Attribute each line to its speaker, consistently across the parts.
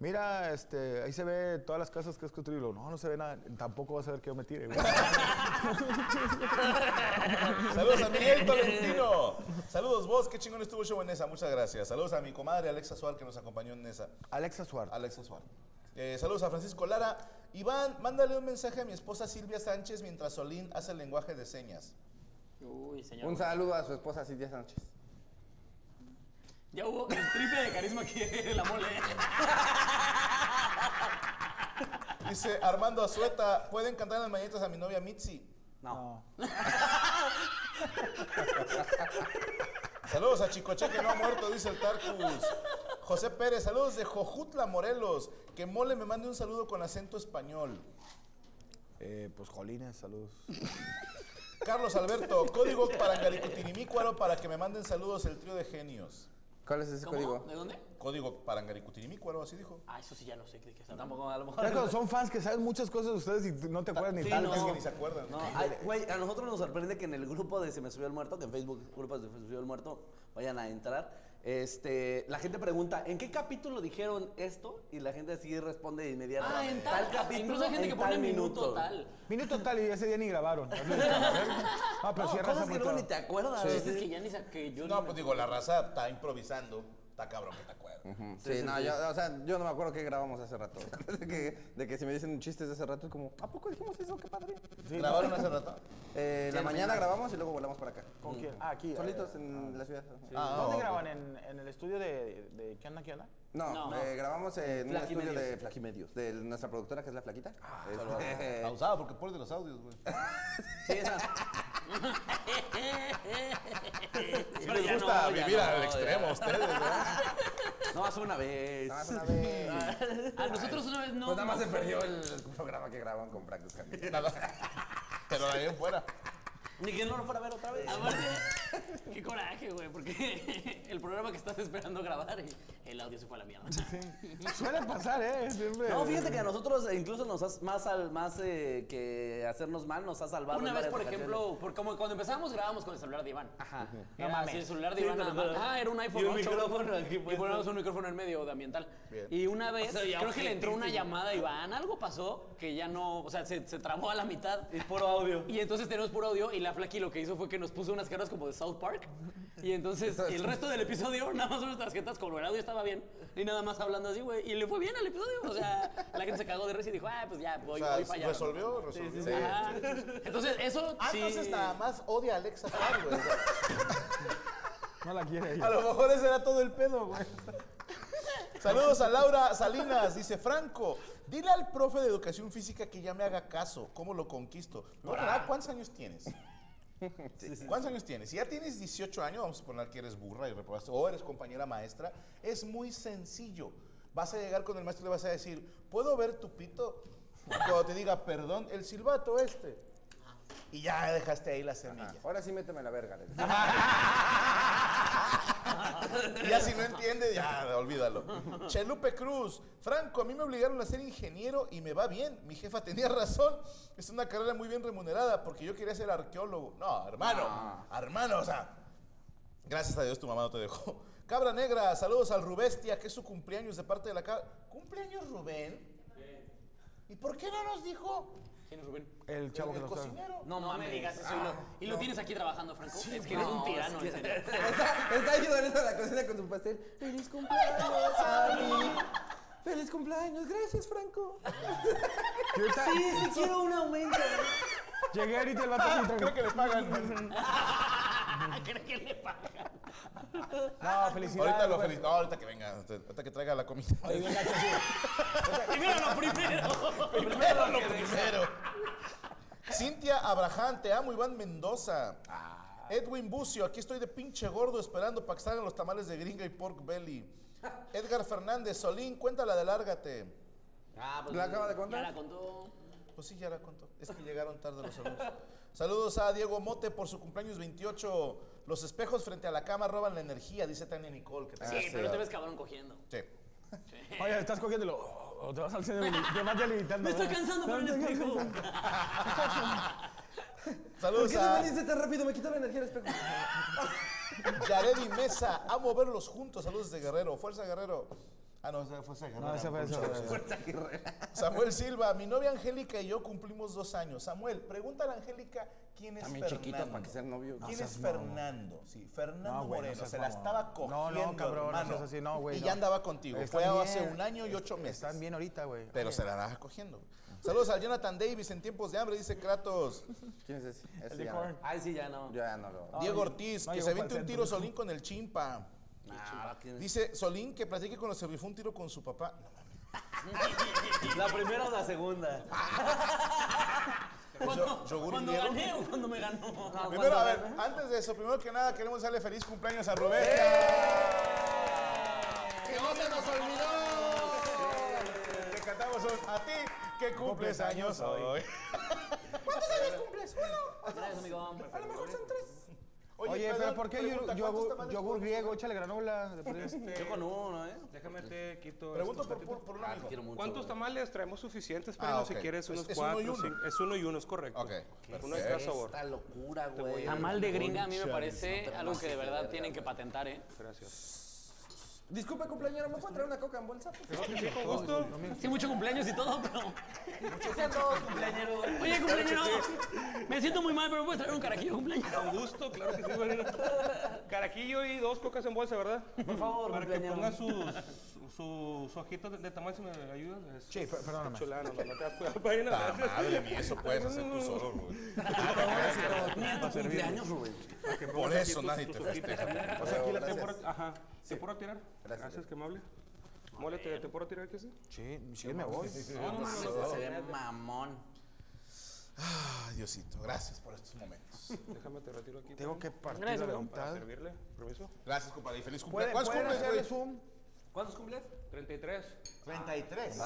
Speaker 1: Mira, este, ahí se ve todas las casas que has construido. Y luego, No, no se ve nada. Tampoco vas a ver que yo me tire. güey.
Speaker 2: Saludos a Miguel Tolentino. Saludos vos, qué chingón estuvo el show en esa. Muchas gracias. Saludos a mi comadre Alexa Suar que nos acompañó en esa.
Speaker 1: Alexa Suárez.
Speaker 2: Alexa Suar. Eh, saludos a Francisco Lara. Iván, mándale un mensaje a mi esposa Silvia Sánchez mientras Solín hace el lenguaje de señas.
Speaker 3: Uy, señor.
Speaker 4: Un saludo a su esposa Silvia Sánchez.
Speaker 3: Ya hubo el triple de carisma que la mole.
Speaker 2: Dice Armando Azueta, ¿pueden cantar las mañanitas a mi novia Mitzi?
Speaker 3: No.
Speaker 2: Saludos a Chicoche que no ha muerto, dice el Tarkus. José Pérez, saludos de Jojutla, Morelos. Que Mole me mande un saludo con acento español.
Speaker 1: Eh, pues Jolines, saludos.
Speaker 2: Carlos Alberto, código para Caricutinimícuaro para que me manden saludos el trío de genios.
Speaker 4: ¿Cuál es ese
Speaker 3: ¿Cómo?
Speaker 4: código?
Speaker 3: ¿De dónde?
Speaker 2: Código para Caricutinimícuaro, así dijo.
Speaker 3: Ah, eso sí ya no sé de qué está. Tampoco a lo mejor.
Speaker 1: Ya cuando son fans que saben muchas cosas de ustedes y no te acuerdas ni
Speaker 3: Sí,
Speaker 1: tal.
Speaker 3: no.
Speaker 2: Es que ni se acuerdan.
Speaker 3: No, ay, güey, a nosotros nos sorprende que en el grupo de Se me subió el muerto, que en Facebook, grupos de Se me subió el muerto, vayan a entrar. Este, la gente pregunta, ¿en qué capítulo dijeron esto? Y la gente así responde inmediatamente.
Speaker 5: Ah, en tal- incluso hay gente
Speaker 3: en
Speaker 5: que pone minuto tal.
Speaker 1: Minuto tal y ese día ni grabaron. Ah,
Speaker 3: No,
Speaker 1: pero si sí hay raza
Speaker 3: cosas que
Speaker 1: muy
Speaker 3: luego
Speaker 1: clara.
Speaker 3: ni te acuerdas.
Speaker 5: Pues
Speaker 3: Sí.
Speaker 5: es que ya ni sa- que yo
Speaker 2: No,
Speaker 5: ni
Speaker 2: pues
Speaker 5: me-
Speaker 2: digo, la raza está improvisando. Está cabrón que te acuerdas.
Speaker 4: Sí, no, Yo, o sea, yo no me acuerdo qué grabamos hace rato. De que, de que si me dicen chistes de hace rato es como, ¿a poco dijimos eso? ¡Qué padre!
Speaker 2: ¿Grabaron hace rato?
Speaker 4: Eh, la mañana grabamos y luego volamos para acá.
Speaker 6: ¿Con quién? Ah, aquí.
Speaker 4: Solitos en la ciudad.
Speaker 2: Ah,
Speaker 6: ¿Dónde
Speaker 2: ok.
Speaker 6: graban? ¿En, en el estudio de, de ¿Qué onda, qué onda?
Speaker 4: No,
Speaker 5: No.
Speaker 4: eh, grabamos en un estudio
Speaker 3: Flakimedios.
Speaker 4: de Flakimedios, de nuestra productora que es La Flaquita.
Speaker 6: Ah,
Speaker 4: Este,
Speaker 2: Pausado, porque pones de los audios, güey.
Speaker 3: Sí, esa.
Speaker 2: Si
Speaker 3: Pero
Speaker 2: les
Speaker 3: ya
Speaker 2: gusta
Speaker 3: no, ya
Speaker 2: vivir
Speaker 3: no,
Speaker 2: al
Speaker 3: ya.
Speaker 2: extremo a ustedes, ¿verdad?
Speaker 3: No, hace una vez.
Speaker 4: nada más una vez.
Speaker 5: A nosotros una vez no.
Speaker 4: Pues nada más se
Speaker 5: no,
Speaker 4: perdió el programa que graban con Frank Escamilla.
Speaker 2: Pero ahí en fuera.
Speaker 3: Ni que no lo fuera a ver otra vez.
Speaker 5: Ah, Aparte, qué coraje, güey, porque el programa que estás esperando grabar y el audio se fue a la mierda.
Speaker 1: Suele pasar, ¿eh? Siempre.
Speaker 3: No, fíjate que a nosotros eh, incluso nos has más, al- más eh, que hacernos mal, nos ha salvado.
Speaker 5: Una
Speaker 3: en
Speaker 5: vez,
Speaker 3: varias
Speaker 5: por
Speaker 3: ocasiones.
Speaker 5: ejemplo, por como cuando empezábamos grabábamos con el celular de Iván. Ajá. No mames. el celular de
Speaker 3: Sí,
Speaker 5: Iván
Speaker 3: me
Speaker 5: nada más.
Speaker 3: acuerdo.
Speaker 5: Ah, era un
Speaker 3: Y
Speaker 5: iPhone
Speaker 3: un
Speaker 5: 8.
Speaker 3: micrófono aquí
Speaker 5: y
Speaker 3: puesto.
Speaker 5: poníamos un micrófono en medio de ambiental.
Speaker 2: Bien.
Speaker 5: Y una vez,
Speaker 3: sea, ya
Speaker 5: creo que le entró una
Speaker 3: objetísimo.
Speaker 5: llamada a Iván, algo pasó que ya no, o sea, se, se trabó a la mitad.
Speaker 3: Y puro audio.
Speaker 5: Y entonces tenemos puro audio y la Flaky lo que hizo fue que nos puso unas caras como de South Park. Y entonces el resto del episodio, nada más unas tarjetas como el audio estaba bien. Y nada más hablando así, güey. Y le fue bien al episodio. O sea, la gente se cagó de risa y dijo, ah, pues ya, voy,
Speaker 2: O sea,
Speaker 5: voy para allá.
Speaker 2: resolvió, resolvió.
Speaker 5: Ajá. Entonces, eso
Speaker 2: Ah,
Speaker 5: sí.
Speaker 2: entonces nada más odia a Alexa Suárez, güey.
Speaker 1: No la quiere.
Speaker 2: A lo mejor ese era todo el pedo, güey. Saludos a Laura Salinas. Dice Franco, dile al profe de educación física que ya me haga caso. ¿Cómo lo conquisto? Primero que nada, ¿cuántos años tienes? ¿Cuántos años tienes? Si ya tienes 18 años, vamos a poner que eres burra y reprobaste, o eres compañera maestra, es muy sencillo. Vas a llegar con el maestro y le vas a decir, ¿puedo ver tu pito? Y Cuando te diga, perdón, el silbato este. Y ya dejaste ahí la semilla.
Speaker 4: Ah, Ahora sí méteme la verga. le digo.
Speaker 2: ya si no entiende, ya olvídalo. Chelupe Cruz, Franco, a mí me obligaron a ser ingeniero y me va bien. Mi jefa tenía razón. Es una carrera muy bien remunerada porque yo quería ser arqueólogo. No, hermano, hermano, o sea, gracias a Dios tu mamá no te dejó. Cabra Negra, saludos al Rubestia, que es su cumpleaños de parte de la cabra. ¿Cumpleaños Rubén? ¿Y por qué no nos dijo
Speaker 5: ¿Quién es Rubén?
Speaker 1: El
Speaker 2: el,
Speaker 1: chavo que
Speaker 2: el
Speaker 1: nos trajo.
Speaker 2: cocinero?
Speaker 5: No, Ah, me digas eso. Y lo, y lo tienes aquí trabajando, Franco. es que eres un tirano, en serio.
Speaker 4: está, está ayudando a la cocina con su pastel. ¡Feliz cumpleaños, Ami! ¡Feliz cumpleaños! ¡Gracias, Franco!
Speaker 3: Sí, sí, quiero un aumento.
Speaker 1: Llegué ahorita el vato así,
Speaker 2: Creo que les pagan.
Speaker 5: ¿Crees que le pagan?
Speaker 1: No, felicidades.
Speaker 2: Ahorita lo
Speaker 1: pues.
Speaker 2: felicito. No, ahorita que venga, ahorita que traiga la comida.
Speaker 5: Primero lo primero.
Speaker 2: Primero lo primero. Cintia Abraham, te amo, Iván Mendoza.
Speaker 5: Ah.
Speaker 2: Edwin Bucio, aquí estoy de pinche gordo esperando para que salgan los tamales de gringa y pork belly. Edgar Fernández, Solín, cuéntala de lárgate.
Speaker 5: Ah, pues,
Speaker 4: ¿La acaba de contar?
Speaker 5: Ya la contó.
Speaker 2: Pues sí, ya la contó. Es que llegaron tarde los saludos. Saludos a Diego Mote por su cumpleaños 28. Los espejos frente a la cama roban la energía, dice Tania Nicole. Que te-
Speaker 5: Ah, Sí, pero te ves cabrón cogiendo.
Speaker 2: Sí.
Speaker 1: Oye, estás cogiéndolo. O te vas al centro. Yo más delimitando.
Speaker 5: Me estoy cansando por el espejo.
Speaker 2: Saludos
Speaker 4: no
Speaker 2: a...
Speaker 4: viniste tan rápido? Me quitó la energía del espejo.
Speaker 2: Yared y Mesa, amo verlos juntos. Saludos de Guerrero. Fuerza Guerrero. Ah, no, esa fue Fuerza Guerrero.
Speaker 1: No, esa fue esa.
Speaker 2: Samuel Silva, mi novia Angélica y yo cumplimos dos años. Samuel, pregúntale a Angélica quién es
Speaker 4: También
Speaker 2: Fernando.
Speaker 4: chiquitos para que sean novios. No
Speaker 2: ¿Quién
Speaker 4: seas
Speaker 2: es Fernando? Sí, Fernando
Speaker 1: No, güey, no
Speaker 2: Moreno.
Speaker 1: seas
Speaker 2: Se la
Speaker 1: mamón.
Speaker 2: estaba
Speaker 1: No,
Speaker 2: cogiendo,
Speaker 1: no, cabrón, no
Speaker 2: hermano.
Speaker 1: seas así, no, güey,
Speaker 2: Y
Speaker 1: no.
Speaker 2: ya andaba contigo.
Speaker 1: Están
Speaker 2: Fue hace
Speaker 1: bien.
Speaker 2: un año y ocho meses.
Speaker 1: Están bien ahorita, güey.
Speaker 2: Pero se la andaba cogiendo. Saludos al Jonathan Davis en tiempos de hambre, dice Kratos.
Speaker 4: ¿Quién es ese? Ese
Speaker 1: de
Speaker 4: ya
Speaker 1: corn.
Speaker 4: no-
Speaker 3: Ay, sí, ya no.
Speaker 4: Yo ya no lo...
Speaker 2: Diego Ortiz,
Speaker 1: no
Speaker 2: que
Speaker 1: llegó
Speaker 2: se
Speaker 1: para
Speaker 2: vente
Speaker 1: el
Speaker 2: un
Speaker 1: centro.
Speaker 2: tiro Solín con el chimpa.
Speaker 3: Ah, ¿quién es?
Speaker 2: Dice Solín que platique cuando se rifó un tiro con su papá.
Speaker 3: La primera o la segunda.
Speaker 5: Cuando,
Speaker 2: yogur
Speaker 5: cuando
Speaker 2: griego.
Speaker 5: gané o cuando me ganó.
Speaker 2: Primero, a ver, antes de eso, primero que nada, queremos darle feliz cumpleaños a Rubén.
Speaker 5: ¡Eh!
Speaker 2: ¡Que no se nos olvidó! Te cantamos un a ti que cumples años hoy.
Speaker 5: Gracias, amigo. A lo mejor son tres.
Speaker 1: Oye, pero
Speaker 2: perdón,
Speaker 1: ¿por qué
Speaker 2: pregunta,
Speaker 1: yogur,
Speaker 2: ¿cuántos tamales
Speaker 1: yogur
Speaker 2: por-
Speaker 1: griego? Échale granola. de por-
Speaker 3: Yo con uno, ¿eh?
Speaker 7: Déjame te quito.
Speaker 2: Pregunto
Speaker 7: estos
Speaker 2: por,
Speaker 7: platitos.
Speaker 2: por, por un
Speaker 5: Ah,
Speaker 2: amigo.
Speaker 3: Quiero mucho.
Speaker 7: ¿Cuántos
Speaker 3: güey.
Speaker 7: tamales traemos suficientes?
Speaker 2: Ah,
Speaker 7: Pero
Speaker 2: ok.
Speaker 7: si quieres
Speaker 2: Es-
Speaker 7: unos
Speaker 2: es uno
Speaker 7: cuatro.
Speaker 2: y uno.
Speaker 7: cinco. Es uno y uno, es correcto.
Speaker 2: Ok,
Speaker 7: Uno de cada sabor.
Speaker 3: Esta locura, güey.
Speaker 5: Tamal de gringa a mí me
Speaker 2: Chales,
Speaker 5: parece algo que de verdad
Speaker 3: verga,
Speaker 5: tienen que patentar, ¿eh?
Speaker 4: Disculpe, cumpleañero, ¿me pueden traer una coca en bolsa?
Speaker 7: Sí, con gusto.
Speaker 5: Sí, mucho cumpleaños y todo, pero... Oye, cumpleañero, me siento muy mal, pero ¿me puedes traer un carajillo de cumpleaños?
Speaker 7: Con gusto, claro que sí. bueno. Caraquillo y dos cocas en bolsa, ¿verdad?
Speaker 3: Por favor,
Speaker 7: Para que
Speaker 3: cumpleañero.
Speaker 7: pongan sus, sus hojitas de, de tamal, si me ayudan. Es-
Speaker 1: Sí, per- perdóname.
Speaker 7: Chulano, no te das cuenta. Bueno, gracias.
Speaker 2: Ah, Madre mía, eso puedes hacer tú solo, Ah, Rubén.
Speaker 3: Ni a tu cumpleaños, Rubén.
Speaker 2: Por eso nadie te festeja.
Speaker 7: O sea, aquí la te
Speaker 4: Gracias.
Speaker 7: puedo, ajá. ¿Te puedo tirar? Gracias, que amable. Mole, ¿te, te puedo tirar aquí sí?
Speaker 1: Sí, sí, me voy.
Speaker 3: Se ve mamón.
Speaker 2: Ay, Diosito, gracias por estos momentos.
Speaker 7: Déjame te retiro aquí.
Speaker 1: Tengo que partir la
Speaker 7: para
Speaker 1: mitad.
Speaker 7: servirle. Permiso.
Speaker 2: Gracias, compadre. y Feliz
Speaker 1: ¿Pueden
Speaker 2: cumpleaños. ¿Cuántos
Speaker 1: pueden hacerle
Speaker 2: cumples, güey?
Speaker 1: zoom?
Speaker 3: ¿Cuántos cumples?
Speaker 7: 33.
Speaker 2: 33.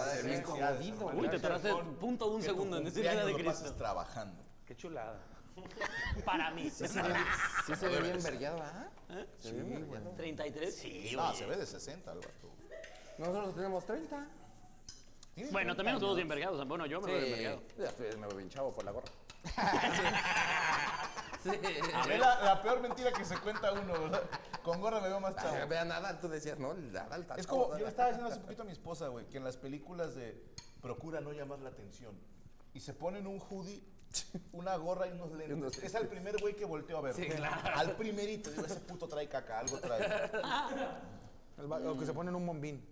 Speaker 5: Uy, te tardaste punto un segundo en decir nada
Speaker 2: Cumpleaños
Speaker 5: de
Speaker 2: lo pasas
Speaker 5: Cristo.
Speaker 2: trabajando.
Speaker 7: Qué chulada.
Speaker 5: Para mí.
Speaker 4: Sí se ve bien vergueado, ¿ah?
Speaker 5: ¿33? Sí,
Speaker 2: No, se ve de 60 algo. tú.
Speaker 4: Nosotros tenemos 30.
Speaker 5: Bueno, también nos todos bien vergados. Bueno, yo me veo bien vergado.
Speaker 4: Ya estoy, me veo bien chavo por la gorra.
Speaker 2: A ver, Ah, la, la peor mentira que se cuenta uno, ¿verdad? Con gorra me veo más chavo.
Speaker 4: Ah, Vea, nada, tú decías, no, nada, el
Speaker 2: Es como, yo le estaba diciendo hace poquito a mi esposa, güey, que en las películas de procura no llamar la atención. Y se ponen un hoodie, una gorra y unos lentes. Es al primer güey que volteó a ver. Al primerito. Digo, ese puto trae caca, algo trae.
Speaker 1: El va- Los que se ponen un bombín.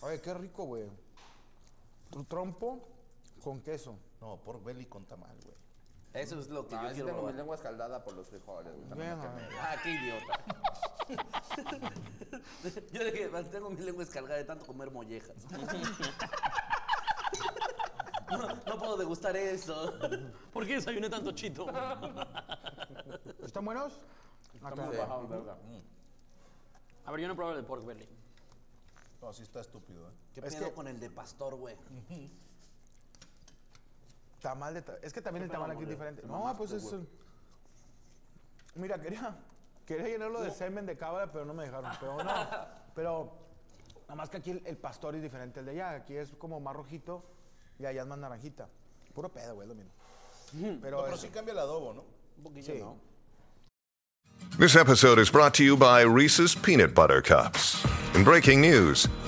Speaker 1: Oye, qué rico, güey. Tu trompo con queso.
Speaker 2: No, por belly con tamal, güey.
Speaker 3: Eso es lo que
Speaker 4: No,
Speaker 3: yo
Speaker 4: sí
Speaker 3: quiero
Speaker 4: tengo mi
Speaker 3: probar.
Speaker 4: lengua escaldada por los frijoles, güey. también
Speaker 1: Bien,
Speaker 4: me quemé.
Speaker 3: Ah, qué idiota. Yo dije, "Man, tengo mi lengua descargada de tanto comer mollejas. No, no puedo degustar esto.
Speaker 5: ¿Por qué desayuné tanto chito?
Speaker 1: ¿Están buenos? Acá.
Speaker 4: Sí, verga.
Speaker 5: A ver, yo no probé el de pork belly.
Speaker 2: No, sí está estúpido, ¿eh?
Speaker 3: ¿Qué pedo con el de pastor, güey?
Speaker 1: Tamal de ta- Es que también el
Speaker 7: pedo,
Speaker 1: tamal aquí es
Speaker 7: mole?
Speaker 1: diferente.
Speaker 7: Te
Speaker 1: No,
Speaker 7: mamaste,
Speaker 1: pues es.
Speaker 7: güey.
Speaker 1: el- Mira, quería, quería llenarlo de semen de cabra, pero no me dejaron. Pero no. Pero. Nada más que aquí el, el pastor es diferente al de allá. Aquí es como más rojito y allá es más naranjita. Puro pedo, güey, es lo mismo. Pero,
Speaker 2: Pero, pero
Speaker 1: es-
Speaker 2: sí cambia el adobo, ¿no? Un poquillo,
Speaker 1: Sí.
Speaker 2: ¿no?
Speaker 8: This episode is brought to you by Reese's Peanut Butter Cups. In breaking news,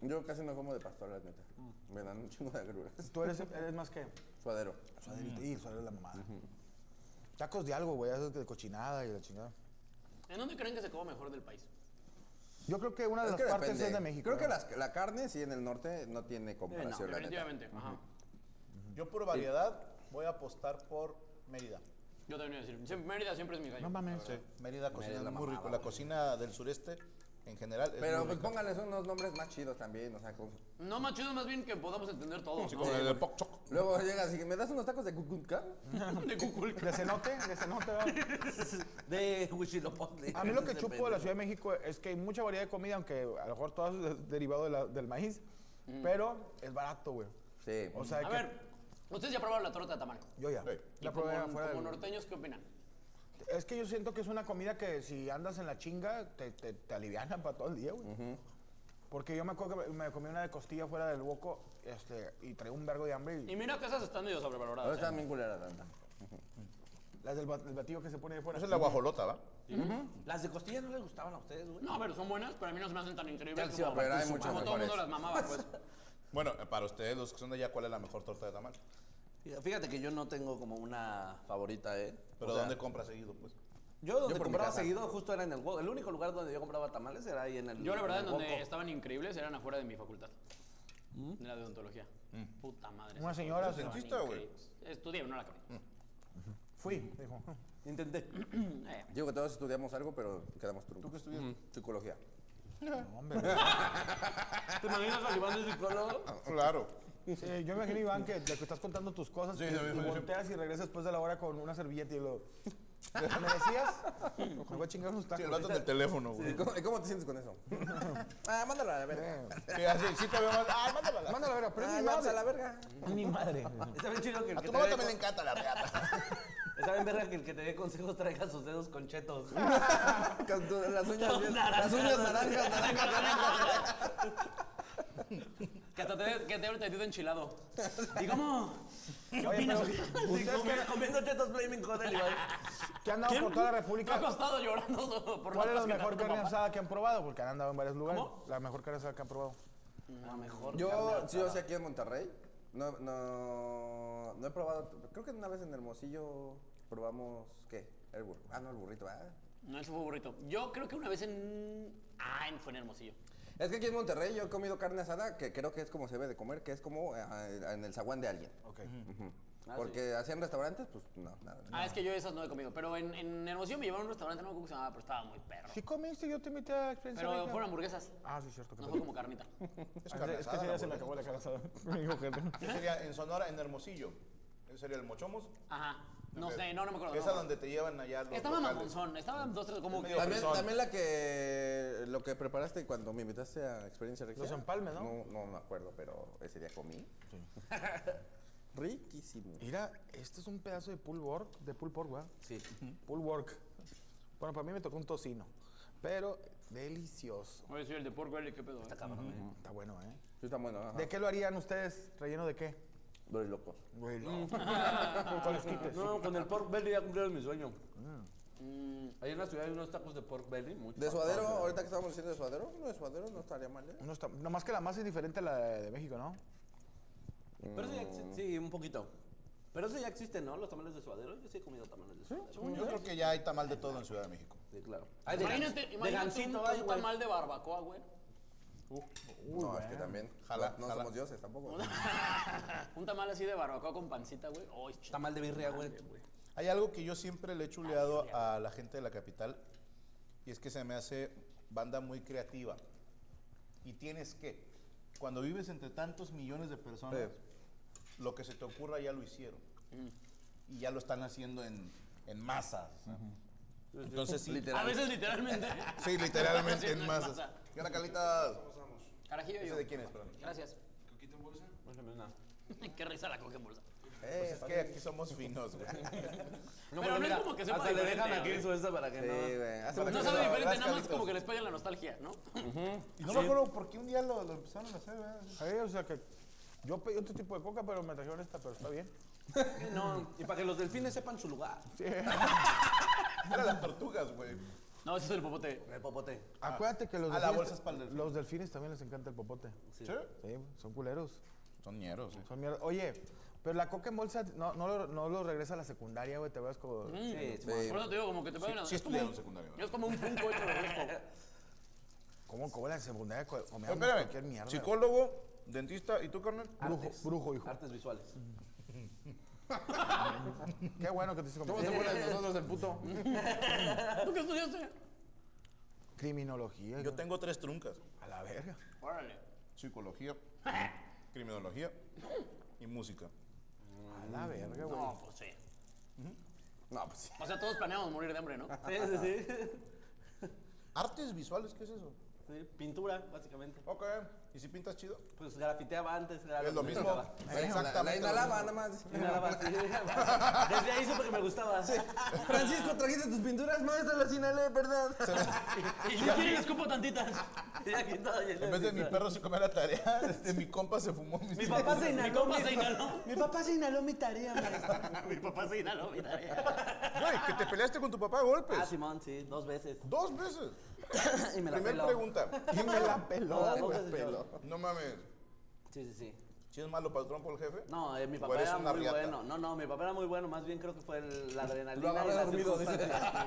Speaker 4: Yo casi no como de pastor, la neta. Me dan un chingo de agruras.
Speaker 1: ¿Tú eres, eres más que?
Speaker 4: Suadero.
Speaker 1: Suaderito, y suadero es la mamada. Tacos de algo, güey, esos de cochinada y la chingada.
Speaker 5: ¿En dónde creen que se come mejor del país?
Speaker 1: Yo creo que una de
Speaker 4: Es
Speaker 1: Ah, las
Speaker 4: que
Speaker 1: partes
Speaker 4: depende.
Speaker 1: es de México.
Speaker 4: Creo que
Speaker 1: ¿eh?
Speaker 4: las- la carne, sí, en el norte no tiene comparación, la neta.
Speaker 5: Definitivamente. Ajá.
Speaker 2: Yo por variedad voy a apostar por Mérida.
Speaker 5: Yo también iba a decir. siempre- Mérida siempre es mi gallo.
Speaker 1: No mames.
Speaker 2: Sí, Mérida cocina
Speaker 4: es la
Speaker 2: muy
Speaker 4: mamada,
Speaker 2: rico. La cocina del sureste en general es
Speaker 4: Pero
Speaker 2: muy
Speaker 4: pues,
Speaker 2: rica.
Speaker 4: pónganles unos nombres más chidos también, o sea, como-
Speaker 5: No, más chido más bien que podamos entender todos.
Speaker 2: Sí,
Speaker 5: ¿no?
Speaker 2: como el de Poc Choc.
Speaker 4: Luego llegas y me das unos tacos de cucunca.
Speaker 5: De Google.
Speaker 1: De cenote, de cenote, ¿verdad?
Speaker 3: De Huichilopotle.
Speaker 1: A mí lo que
Speaker 3: Ese
Speaker 1: chupo de la
Speaker 3: pendejo.
Speaker 1: Ciudad de México es que hay mucha variedad de comida, aunque a lo mejor todo es de- derivado de la- del maíz, pero es barato, güey.
Speaker 4: Mm. Sí.
Speaker 1: O sea,
Speaker 5: A
Speaker 1: que-
Speaker 5: ver, ustedes ya probaron la torta de tamal.
Speaker 1: yo ya.
Speaker 5: Y
Speaker 1: La
Speaker 5: como,
Speaker 1: probé afuera.
Speaker 5: como
Speaker 1: del-
Speaker 5: norteños, ¿qué opinan?
Speaker 1: Es que yo siento que es una comida que si andas en la chinga, te, te, te alivianan para todo el día, güey. Porque yo me acuerdo que me me comí una de costilla fuera del boco este, y traía un vergo de hambre. y-
Speaker 5: Y mira que esas están medio
Speaker 4: Ahora
Speaker 5: sobrevaloradas.
Speaker 4: está
Speaker 5: ¿eh?
Speaker 4: bien culera la neta.
Speaker 1: Las del bat- el batido que se pone de fuera.
Speaker 2: Esa es la guajolota, ¿va?
Speaker 3: Las de costilla no les gustaban a ustedes, güey.
Speaker 5: No, pero son buenas, pero a mí no se me hacen tan increíbles.
Speaker 4: Ya, sí,
Speaker 5: como,
Speaker 4: pero hay
Speaker 5: como
Speaker 4: muchas
Speaker 5: todo el mundo
Speaker 4: mejores.
Speaker 5: las mamaba, pues.
Speaker 2: Bueno, eh, para ustedes, los que son de allá, ¿cuál es la mejor torta de tamal?
Speaker 3: Fíjate que yo no tengo como una favorita, ¿eh?
Speaker 2: Pero
Speaker 3: O sea,
Speaker 2: ¿dónde compras seguido, pues?
Speaker 3: Yo donde
Speaker 4: Yo por mi
Speaker 3: compraba
Speaker 4: casa.
Speaker 3: seguido justo era en el Wo- El único lugar donde yo compraba tamales era ahí en el
Speaker 5: Yo, la verdad,
Speaker 3: en
Speaker 5: en
Speaker 3: el
Speaker 5: donde
Speaker 3: Woco.
Speaker 5: estaban increíbles eran afuera de mi facultad.
Speaker 2: ¿Mm?
Speaker 5: De la de odontología. Puta madre.
Speaker 1: Una
Speaker 5: esas
Speaker 1: señora
Speaker 5: tortas
Speaker 1: se-
Speaker 5: estaban
Speaker 2: ¿Dentista, güey?
Speaker 5: increíbles. Estudié, no la acabé.
Speaker 1: Fui, dijo.
Speaker 3: Intenté.
Speaker 5: Eh,
Speaker 4: Digo que todos estudiamos algo, pero quedamos trucos. ¿Tú qué estudias? Psicología.
Speaker 1: No, hombre.
Speaker 3: ¿Te imaginas salivando el psicólogo?
Speaker 2: Claro.
Speaker 1: Sí, yo me imagino, Iván, que, que estás contando tus cosas
Speaker 2: Sí,
Speaker 1: y,
Speaker 2: sí,
Speaker 1: y
Speaker 2: sí, sí.
Speaker 1: volteas y regresas después de la hora con una servilleta y luego... ¿Me decías? Me voy a chingar unos
Speaker 2: Sí,
Speaker 1: tacos.
Speaker 2: el vato del teléfono,
Speaker 4: ¿Y
Speaker 2: güey.
Speaker 4: cómo, y cómo te sientes con eso? ah, mándala a la verga.
Speaker 2: Que así, sí te veo más. ¡Ay, mándala! a la-
Speaker 1: Mándala a ver,
Speaker 4: Ah,
Speaker 1: aprende
Speaker 4: vamos a la verga.
Speaker 3: Mi madre. Está bien chido que el
Speaker 2: A
Speaker 3: que
Speaker 2: tu
Speaker 3: te
Speaker 2: mamá
Speaker 3: dé
Speaker 2: también le
Speaker 3: con-
Speaker 2: encanta la reata.
Speaker 3: Está bien verga que el que te dé consejos traiga sus dedos con chetos.
Speaker 4: Con tu- las uñas,
Speaker 3: Con
Speaker 4: las uñas naranjas, naranjas, naranjas.
Speaker 5: Que hasta te dé- que te dé el enchilado. ¿Y cómo? ¿Qué
Speaker 1: Oye,
Speaker 5: opinas?
Speaker 1: pero, ¿ustedes
Speaker 3: Comiendo, comiendo chetos Flaming Hotel, Iván.
Speaker 1: ¿Qué han dado por toda la República?
Speaker 5: Me ha costado llorando por
Speaker 1: ¿Cuál es la
Speaker 5: cosqueta
Speaker 1: mejor
Speaker 5: de tu
Speaker 1: carne
Speaker 5: papá.
Speaker 1: asada que han probado? Porque han andado en varios lugares.
Speaker 5: ¿Cómo?
Speaker 1: La mejor carne asada que han probado.
Speaker 3: La mejor carne
Speaker 4: Yo,
Speaker 3: asada.
Speaker 4: sí, yo sé aquí en Monterrey. No, no, no he probado. Creo que una vez en Hermosillo probamos. ¿Qué? El burro. Ah, no, el burrito, ¿verdad?
Speaker 5: No, eso fue burrito. Yo creo que una vez en... Ah, en- fue en Hermosillo.
Speaker 4: Es que aquí en Monterrey yo he comido carne asada que creo que es como se debe de comer, que es como eh, en el zaguán de alguien.
Speaker 1: Ok.
Speaker 4: Porque hacían restaurantes, pues no, nada.
Speaker 5: Ah, es que yo esas no he comido. Pero en, en Hermosillo me llevaron a un restaurante, no me acuerdo cómo se llamaba, pero estaba muy perro.
Speaker 1: Si comiste, yo te invité a experiencia.
Speaker 5: Pero
Speaker 1: rica.
Speaker 5: fueron hamburguesas,
Speaker 1: Ah, sí, cierto. qué
Speaker 5: no
Speaker 1: pena.
Speaker 5: fue como carnita.
Speaker 2: Es
Speaker 1: Ah,
Speaker 2: carne
Speaker 1: Es,
Speaker 2: asada,
Speaker 1: que ese
Speaker 2: la
Speaker 1: día se
Speaker 2: burrita.
Speaker 1: me acabó la carne asada. Me dijo gente.
Speaker 2: Yo sería en Sonora, en Hermosillo. Yo sería el Mochomos. Eh,
Speaker 5: Ajá. No
Speaker 2: Ok.
Speaker 5: sé, no, no me acuerdo.
Speaker 2: Esa
Speaker 5: no.
Speaker 2: donde te llevan allá los
Speaker 5: Estaba
Speaker 2: locales.
Speaker 5: mamonzón, estaba dos, tres, como que...
Speaker 2: medio
Speaker 4: También,
Speaker 2: fresón.
Speaker 4: también la que lo que preparaste cuando me invitaste a Experiencia Regia.
Speaker 1: Los empalmes, ¿no?
Speaker 4: No, no me acuerdo, pero ese día comí. Riquísimo.
Speaker 1: Mira, este es un pedazo de pull pork, de pull pork, ¿verdad?
Speaker 4: Sí.
Speaker 1: Pull pork. Bueno, para mí me tocó un tocino, pero delicioso.
Speaker 5: Oye, soy el de porco, el qué pedo. eh?
Speaker 1: Está bueno, ¿eh?
Speaker 4: Sí, está bueno. Ajá.
Speaker 2: Ah.
Speaker 1: ¿De qué lo harían ustedes? ¿Relleno de qué?
Speaker 4: Los locos.
Speaker 1: Güey, no. Con esquites.
Speaker 3: No, con el pork belly ya cumplieron mi sueño. Mm, ahí en la ciudad hay unos tacos de pork belly. Muy
Speaker 4: De
Speaker 3: suadero.
Speaker 4: suadero, ahorita que estábamos diciendo de suadero, uno de suadero no estaría mal, ¿eh?
Speaker 1: No está, nomás que la masa es diferente a la de, de México, ¿no?
Speaker 3: Mm. Pero sí, exi- sí, un poquito. Pero eso ya existe, ¿no? Los tamales de suadero. Yo sí he comido tamales de suadero.
Speaker 2: Yo creo que ya hay tamal de todo en Ciudad de México.
Speaker 3: Sí, claro. de,
Speaker 5: Imagínate,
Speaker 3: de
Speaker 5: imagínate un,
Speaker 3: gansito,
Speaker 5: un
Speaker 3: ay, güey.
Speaker 5: tamal de barbacoa, güey.
Speaker 4: no, es que también.
Speaker 2: Jala,
Speaker 4: no no
Speaker 2: jala.
Speaker 4: somos dioses tampoco.
Speaker 5: Un tamal así de barbacoa con pancita, güey. Uy, ch-
Speaker 3: Tamal de birria, güey.
Speaker 2: Hay algo que yo siempre le he chuleado a la gente de la capital y es que se me hace banda muy creativa. Y tienes que, cuando vives entre tantos millones de personas, lo que se te ocurra ya lo hicieron. Y ya lo están haciendo en, en masas. Entonces sí.
Speaker 5: A veces literalmente.
Speaker 2: Sí, literalmente
Speaker 5: Sí,
Speaker 2: en
Speaker 5: no es
Speaker 2: masas.
Speaker 5: masa.
Speaker 2: ¿Qué onda, Carlitas?
Speaker 5: Carajillo
Speaker 2: ¿Ese
Speaker 5: yo.
Speaker 2: de quién es? Perdón.
Speaker 5: Gracias.
Speaker 7: ¿Coquita en bolsa?
Speaker 5: Qué risa la coca en bolsa.
Speaker 2: Pues es que aquí somos finos, güey.
Speaker 5: No, pero no es como que sepa
Speaker 3: Hasta le
Speaker 5: diferente,
Speaker 3: dejan aquí
Speaker 5: güey.
Speaker 3: su esta para que
Speaker 2: Sí,
Speaker 3: no.
Speaker 2: güey. Hasta la-
Speaker 3: para
Speaker 5: No
Speaker 2: Gracias,
Speaker 5: sabe diferente,
Speaker 2: gracias,
Speaker 5: nada más
Speaker 2: Carlitos.
Speaker 5: como que les pega la nostalgia, ¿no?
Speaker 2: Y no me acuerdo por qué un día lo, lo empezaron a hacer, ¿verdad?
Speaker 1: Ahí, o sea que yo pedí otro tipo de coca, pero me trajeron esta, pero está bien.
Speaker 3: que no. Y para que los delfines sepan su lugar.
Speaker 2: Eran las tortugas, güey.
Speaker 5: No, ese es el popote.
Speaker 3: El popote.
Speaker 1: Acuérdate que los
Speaker 2: Ah, la
Speaker 1: delfines-
Speaker 2: bolsa es para el delfín.
Speaker 1: los delfines también les encanta el popote.
Speaker 2: ¿Sí?
Speaker 1: Sí, son culeros.
Speaker 2: Son ñeros, güey.
Speaker 1: Son mierda. Oye, pero la coca en bolsa no, no, lo, no lo regresa a la secundaria, güey. Te veas como.
Speaker 3: Sí,
Speaker 5: Por eso te digo, como que te pegan la
Speaker 2: Sí estudiaron secundaria, ¿verdad?
Speaker 5: Es como un punto hecho de refresco.
Speaker 1: ¿Cómo, cómo la secundaria co-
Speaker 2: Oye,
Speaker 1: comíamos cualquier
Speaker 2: espérame.
Speaker 1: mierda?
Speaker 2: Psicólogo, dentista, ¿y tú, carnal?
Speaker 1: Brujo, brujo, hijo.
Speaker 3: Artes visuales.
Speaker 1: Qué bueno que te hice
Speaker 2: ¿Cómo se ponen nosotros el puto?
Speaker 5: ¿Tú qué estudiaste?
Speaker 1: Criminología.
Speaker 2: Yo tengo tres truncas.
Speaker 1: A la verga.
Speaker 5: Órale.
Speaker 2: Psicología, criminología y música.
Speaker 1: A la verga, güey.
Speaker 5: No, pues sí.
Speaker 2: No, pues sí.
Speaker 5: O sea, todos planeamos morir de hambre, ¿no?
Speaker 3: Sí, sí,
Speaker 2: ¿Artes visuales? ¿Qué es eso?
Speaker 3: sí. Pintura, básicamente.
Speaker 2: Ok. ¿Y si pintas chido?
Speaker 3: Pues grafiteaba antes. graf-
Speaker 2: Es lo mismo.
Speaker 3: grafiteaba.
Speaker 2: Exactamente.
Speaker 4: La
Speaker 2: lo
Speaker 4: inhalaba
Speaker 2: mismo.
Speaker 4: nada más.
Speaker 3: Inhalaba, sí. Desde ahí supe que me gustaba.
Speaker 4: Francisco, trajiste tus pinturas, maestra, las inhalé, ¿verdad?
Speaker 5: Y si quieren, les cupo tantitas.
Speaker 3: Y aquí todo lleno
Speaker 2: En vez de mi perro se comer la tarea, este, mi compa se fumó mis
Speaker 3: Mi papá se
Speaker 5: Mi
Speaker 3: inhaló.
Speaker 5: compa se inhaló.
Speaker 3: Mi papá se inhaló mi tarea, maestra.
Speaker 5: Mi papá se inhaló, mi tarea.
Speaker 2: Güey, que te peleaste con tu papá a golpes.
Speaker 3: Ah, Simón, sí, dos veces.
Speaker 2: Dos veces.
Speaker 3: y me la
Speaker 2: Primera
Speaker 3: peló.
Speaker 2: pregunta. ¿Quién me la peló?
Speaker 3: No, las dos veces yo.
Speaker 2: No mames.
Speaker 3: Sí, sí, sí.
Speaker 2: ¿Si es malo patrón por el jefe?
Speaker 3: No, eh, mi
Speaker 2: ¿O
Speaker 3: papá
Speaker 2: eres
Speaker 3: era
Speaker 2: una
Speaker 3: muy
Speaker 2: riata?
Speaker 3: bueno. No, no, mi papá era muy bueno. Más bien creo que fue el- la adrenalina.
Speaker 4: Lo agarré
Speaker 3: y las
Speaker 4: dormido, dice.
Speaker 3: circunstancias.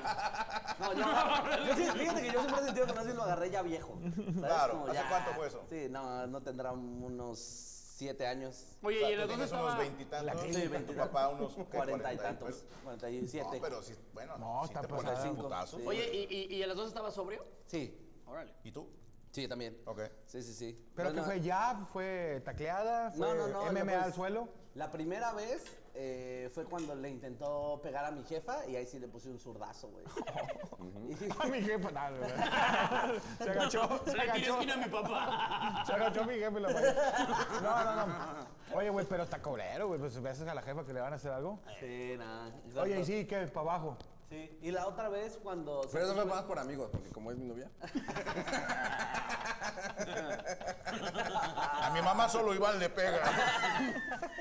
Speaker 3: No, yo, yo sí- fíjate que yo siempre he sentido que más bien lo agarré ya viejo. ¿sabes?
Speaker 2: Claro, ¿hace cuánto fue eso?
Speaker 3: Sí, no, no tendrá unos siete años.
Speaker 2: O
Speaker 5: Oye,
Speaker 2: sea,
Speaker 5: y
Speaker 2: tú
Speaker 5: los dos
Speaker 2: tienes unos
Speaker 5: estaba...
Speaker 2: veintitantos.
Speaker 3: Sí,
Speaker 2: y Ah, Tu papá unos ¿qué?
Speaker 3: cuarenta y
Speaker 2: pues.
Speaker 3: tantos. Cuarenta y
Speaker 2: No,
Speaker 3: siete.
Speaker 2: pero si, bueno,
Speaker 1: No,
Speaker 2: si
Speaker 1: está
Speaker 2: te pones
Speaker 1: pasada.
Speaker 2: un putazo.
Speaker 3: Sí.
Speaker 5: Oye, ¿y, y, y a las dos estaba sobrio?
Speaker 3: Sí,
Speaker 5: Órale.
Speaker 2: ¿Y tú?
Speaker 3: sí, también.
Speaker 2: Ok.
Speaker 3: Sí, sí, sí.
Speaker 1: ¿Pero
Speaker 3: Bueno,
Speaker 1: qué fue? ¿Jab? ¿Fue tacleada? ¿Fue
Speaker 3: No, no, no.
Speaker 1: MMA
Speaker 3: pues,
Speaker 1: al suelo?
Speaker 3: La primera vez eh, fue cuando le intentó pegar a mi jefa y ahí sí le puse un zurdazo, güey. Y-
Speaker 1: A mi jefe, nada, güey. Se agachó, se
Speaker 5: Le tiré
Speaker 1: agachó.
Speaker 5: esquina a mi papá.
Speaker 1: Se agachó mi jefe y lo pagué. No, no, no. Oye, güey, pero está cobrero, güey. Pues si ves a la jefa que le van a hacer algo.
Speaker 3: Sí, nada. exacto.
Speaker 1: Oye, ¿y sí? ¿Qué? ¿Para abajo?
Speaker 3: Sí, Y la otra vez cuando. se
Speaker 4: Pero eso fue
Speaker 3: puso-
Speaker 4: más por amigos, porque como es mi novia.
Speaker 2: A mi mamá solo Iván le pega.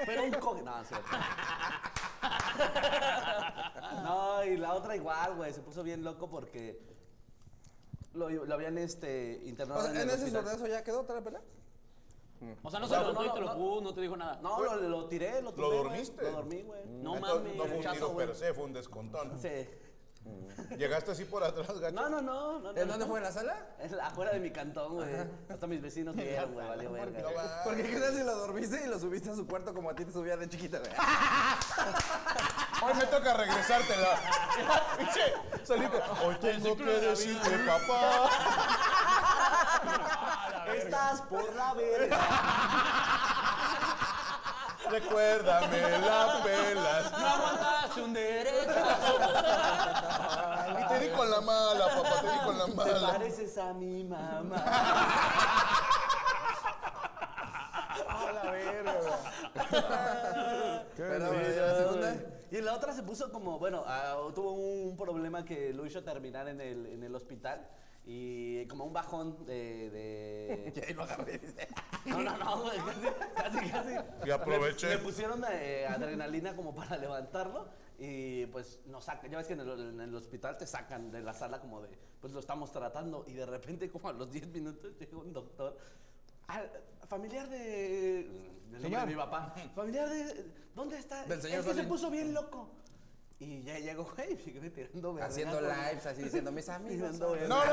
Speaker 3: Pero un coge. No, es cierto. No, y la otra igual, güey. Se puso bien loco porque. Lo, lo habían este, internado
Speaker 4: O sea,
Speaker 3: el
Speaker 4: en ese
Speaker 3: hospital.
Speaker 4: sordazo ya quedó otra pelea.
Speaker 5: O sea, no se levantó
Speaker 3: no,
Speaker 5: y te
Speaker 3: no,
Speaker 5: lo
Speaker 3: no.
Speaker 5: pudo, no te dijo nada.
Speaker 3: No, lo, lo tiré, lo tumbé, güey.
Speaker 2: dormiste?
Speaker 3: Lo dormí, güey. No
Speaker 2: Entonces,
Speaker 3: mames.
Speaker 2: No fue un
Speaker 3: rechazo,
Speaker 2: tiro
Speaker 3: güey.
Speaker 2: per se, fue un descontón.
Speaker 3: Sí.
Speaker 2: Llegaste así por atrás, gacho.
Speaker 3: No, no, no. no, no
Speaker 4: ¿En dónde fue? ¿En la sala?
Speaker 3: Es la- afuera de mi cantón, güey. Hasta mis vecinos me vieron, güey. Vale, verga.
Speaker 2: No va.
Speaker 4: Porque qué tal si lo dormiste y lo subiste a su cuarto como a ti te subía de chiquita, güey.
Speaker 2: Hoy me toca regresártela. Pinche, saliste. Hoy tengo que decirte, papá.
Speaker 3: Estás por la verga.
Speaker 2: Recuérdame la pelas.
Speaker 5: No aguantaste un derecho.
Speaker 2: Y te di con la mala, papá, te di con la
Speaker 3: Te
Speaker 2: mala.
Speaker 3: pareces a mi mamá.
Speaker 1: A la verga, güey.
Speaker 2: Ah,
Speaker 4: Pero bueno, ¿y la segunda?
Speaker 3: Y la otra se puso como, bueno, ah, tuvo un problema que lo hizo terminar en el, en el hospital. Y como un bajón de. de...
Speaker 4: Y ahí lo agarré. dice.
Speaker 3: No, no, no, güey, casi, casi, casi.
Speaker 2: Y aproveché.
Speaker 3: Le, le pusieron eh, adrenalina como para levantarlo y pues nos sacan. Ya ves que en el, en el hospital te sacan de la sala como de, pues lo estamos tratando y de repente como a los 10 minutos llega un doctor. al- familiar de. del nombre
Speaker 1: Señor.
Speaker 3: de mi papá. Familiar de. ¿Dónde está?
Speaker 4: Del señor
Speaker 3: Es que se
Speaker 4: Solín.
Speaker 3: puso bien loco. Y ya llegó, güey, y siguió tirando vergas,
Speaker 4: Haciendo
Speaker 3: güey.
Speaker 4: lives, así diciendo, mis amigos.
Speaker 3: Tirando
Speaker 4: son-
Speaker 3: vergas.
Speaker 2: No,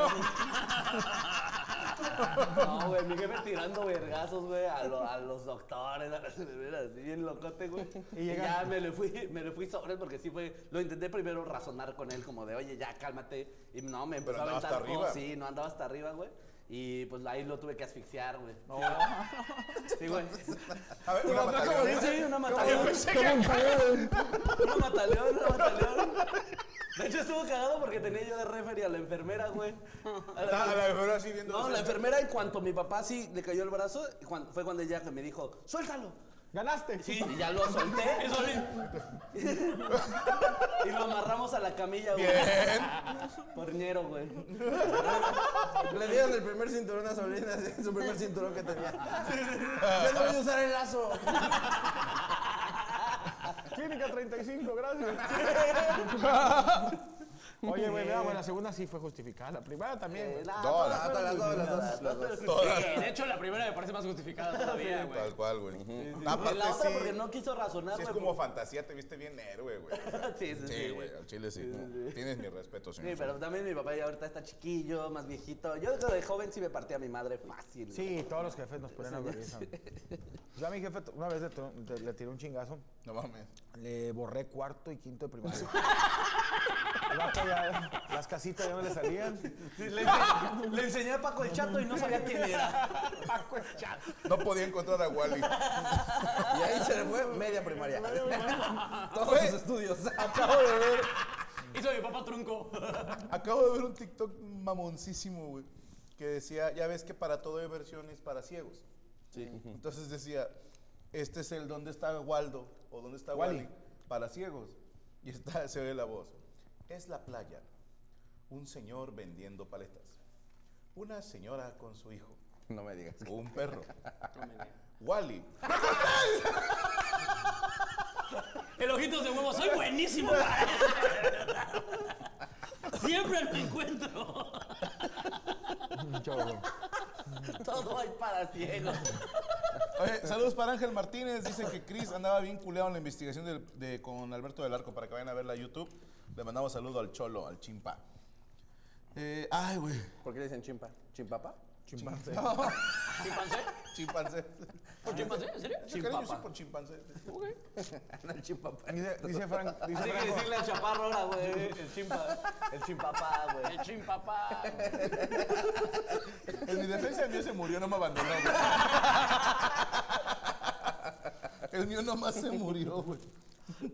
Speaker 2: no.
Speaker 3: No, güey, mi jefe tirando vergazos, güey, a, lo- a los doctores, a las enfermeras, así bien locote, güey. Y ya me le fui, me le fui sobre porque sí fue, lo intenté primero razonar con él, como de, oye, ya cálmate. Y no, me
Speaker 2: Pero
Speaker 3: empezó a
Speaker 2: andaba
Speaker 3: aventar
Speaker 2: hasta arriba.
Speaker 3: cosas, sí, no andaba hasta arriba, güey. Y pues ahí lo tuve que asfixiar, güey. Sí, güey.
Speaker 2: A ver,
Speaker 3: Tu
Speaker 2: una
Speaker 3: papá
Speaker 2: mataleona.
Speaker 3: como dice, una mataleona. Una mataleón, una mataleón. De hecho, estuvo cagado porque tenía yo de referee a la enfermera, güey.
Speaker 2: Ah, a la enfermera así viendo-
Speaker 3: No, la enfermera, en cuanto mi papá sí le cayó el brazo, cuan- fue cuando ella que me dijo, suéltalo.
Speaker 1: ¡Ganaste!
Speaker 3: Sí, y ya lo solté.
Speaker 5: Eso sí.
Speaker 3: y lo amarramos a la camilla, güey. Porñero, güey.
Speaker 4: Le dieron el primer cinturón a Solina, así, su primer cinturón que tenía. Ya no voy a usar el lazo.
Speaker 1: Clínica 35, gracias. Oye, güey, mira, güey, la segunda sí fue justificada. La primera también.
Speaker 3: Eh,
Speaker 1: güey.
Speaker 4: No, todas, todas, las dos, las dos, las dos.
Speaker 5: Sí, de hecho, la primera me parece más justificada todavía, güey.
Speaker 2: Tal cual, güey.
Speaker 3: En la otra
Speaker 2: sí,
Speaker 3: porque no quiso razonar,
Speaker 2: sí es
Speaker 3: güey.
Speaker 2: como fantasía, te viste bien héroe, güey. O sea,
Speaker 3: Sí, sí, sí.
Speaker 2: Sí, güey, al chile sí. Tienes mi respeto,
Speaker 3: Sí,
Speaker 2: señor.
Speaker 3: pero también mi papá ya ahorita está chiquillo, más viejito. Yo de joven sí me partí a mi madre fácil.
Speaker 1: Sí, todos los jefes nos ponen a ver. Yo a mi jefe una vez le, tro- le- le tiré un chingazo,
Speaker 2: No mames.
Speaker 1: le borré cuarto y quinto de primaria. El vato ya- las casitas ya no le salían.
Speaker 3: Sí, Le, enseñé, le enseñé a Paco el Chato y no sabía quién era.
Speaker 2: No podía encontrar a Wally.
Speaker 4: Y ahí se le fue media primaria. Todos
Speaker 2: Güey.
Speaker 4: sus estudios.
Speaker 2: Acabo de ver,
Speaker 5: Hizo mi papá trunco.
Speaker 2: acabo de ver un TikTok mamoncísimo, güey, que decía, ya ves que para todo hay versiones para ciegos.
Speaker 3: Sí.
Speaker 2: Entonces decía, este es el dónde está Waldo o dónde está
Speaker 1: Wally.
Speaker 2: Wally, para ciegos. Y está, se oye la voz. Es la playa. Un señor vendiendo paletas. Una señora con su hijo.
Speaker 4: No me digas.
Speaker 2: Un perro. Wally.
Speaker 5: El ojitos de huevo, soy buenísimo. güey. Siempre me encuentro.
Speaker 3: Todo hay para ciegos.
Speaker 2: Oye, saludos para Ángel Martínez. Dicen que Chris andaba bien culeado en la investigación del- de- con Alberto del Arco para que vayan a verla a YouTube. Le mandamos saludo al Cholo, al Chimpa. Eh, ay, güey.
Speaker 4: ¿Por qué le dicen chimpa? ¿Chimpapa?
Speaker 2: Chimpancé.
Speaker 5: ¿Chimpancé?
Speaker 2: Chimpancé.
Speaker 5: ¿Por chimpancé? ¿En serio?
Speaker 2: Yo cariño sí por chimpancé.
Speaker 4: No, el chimpapa.
Speaker 1: Dice, dice Frank, dice
Speaker 3: Así que
Speaker 1: Franco,
Speaker 3: decirle al chaparro ahora, güey. El chimpa. El chimpapá, güey.
Speaker 5: El chimpapá.
Speaker 2: En mi defensa el mío se murió, no me abandonó, güey. El mío nomás se murió, güey.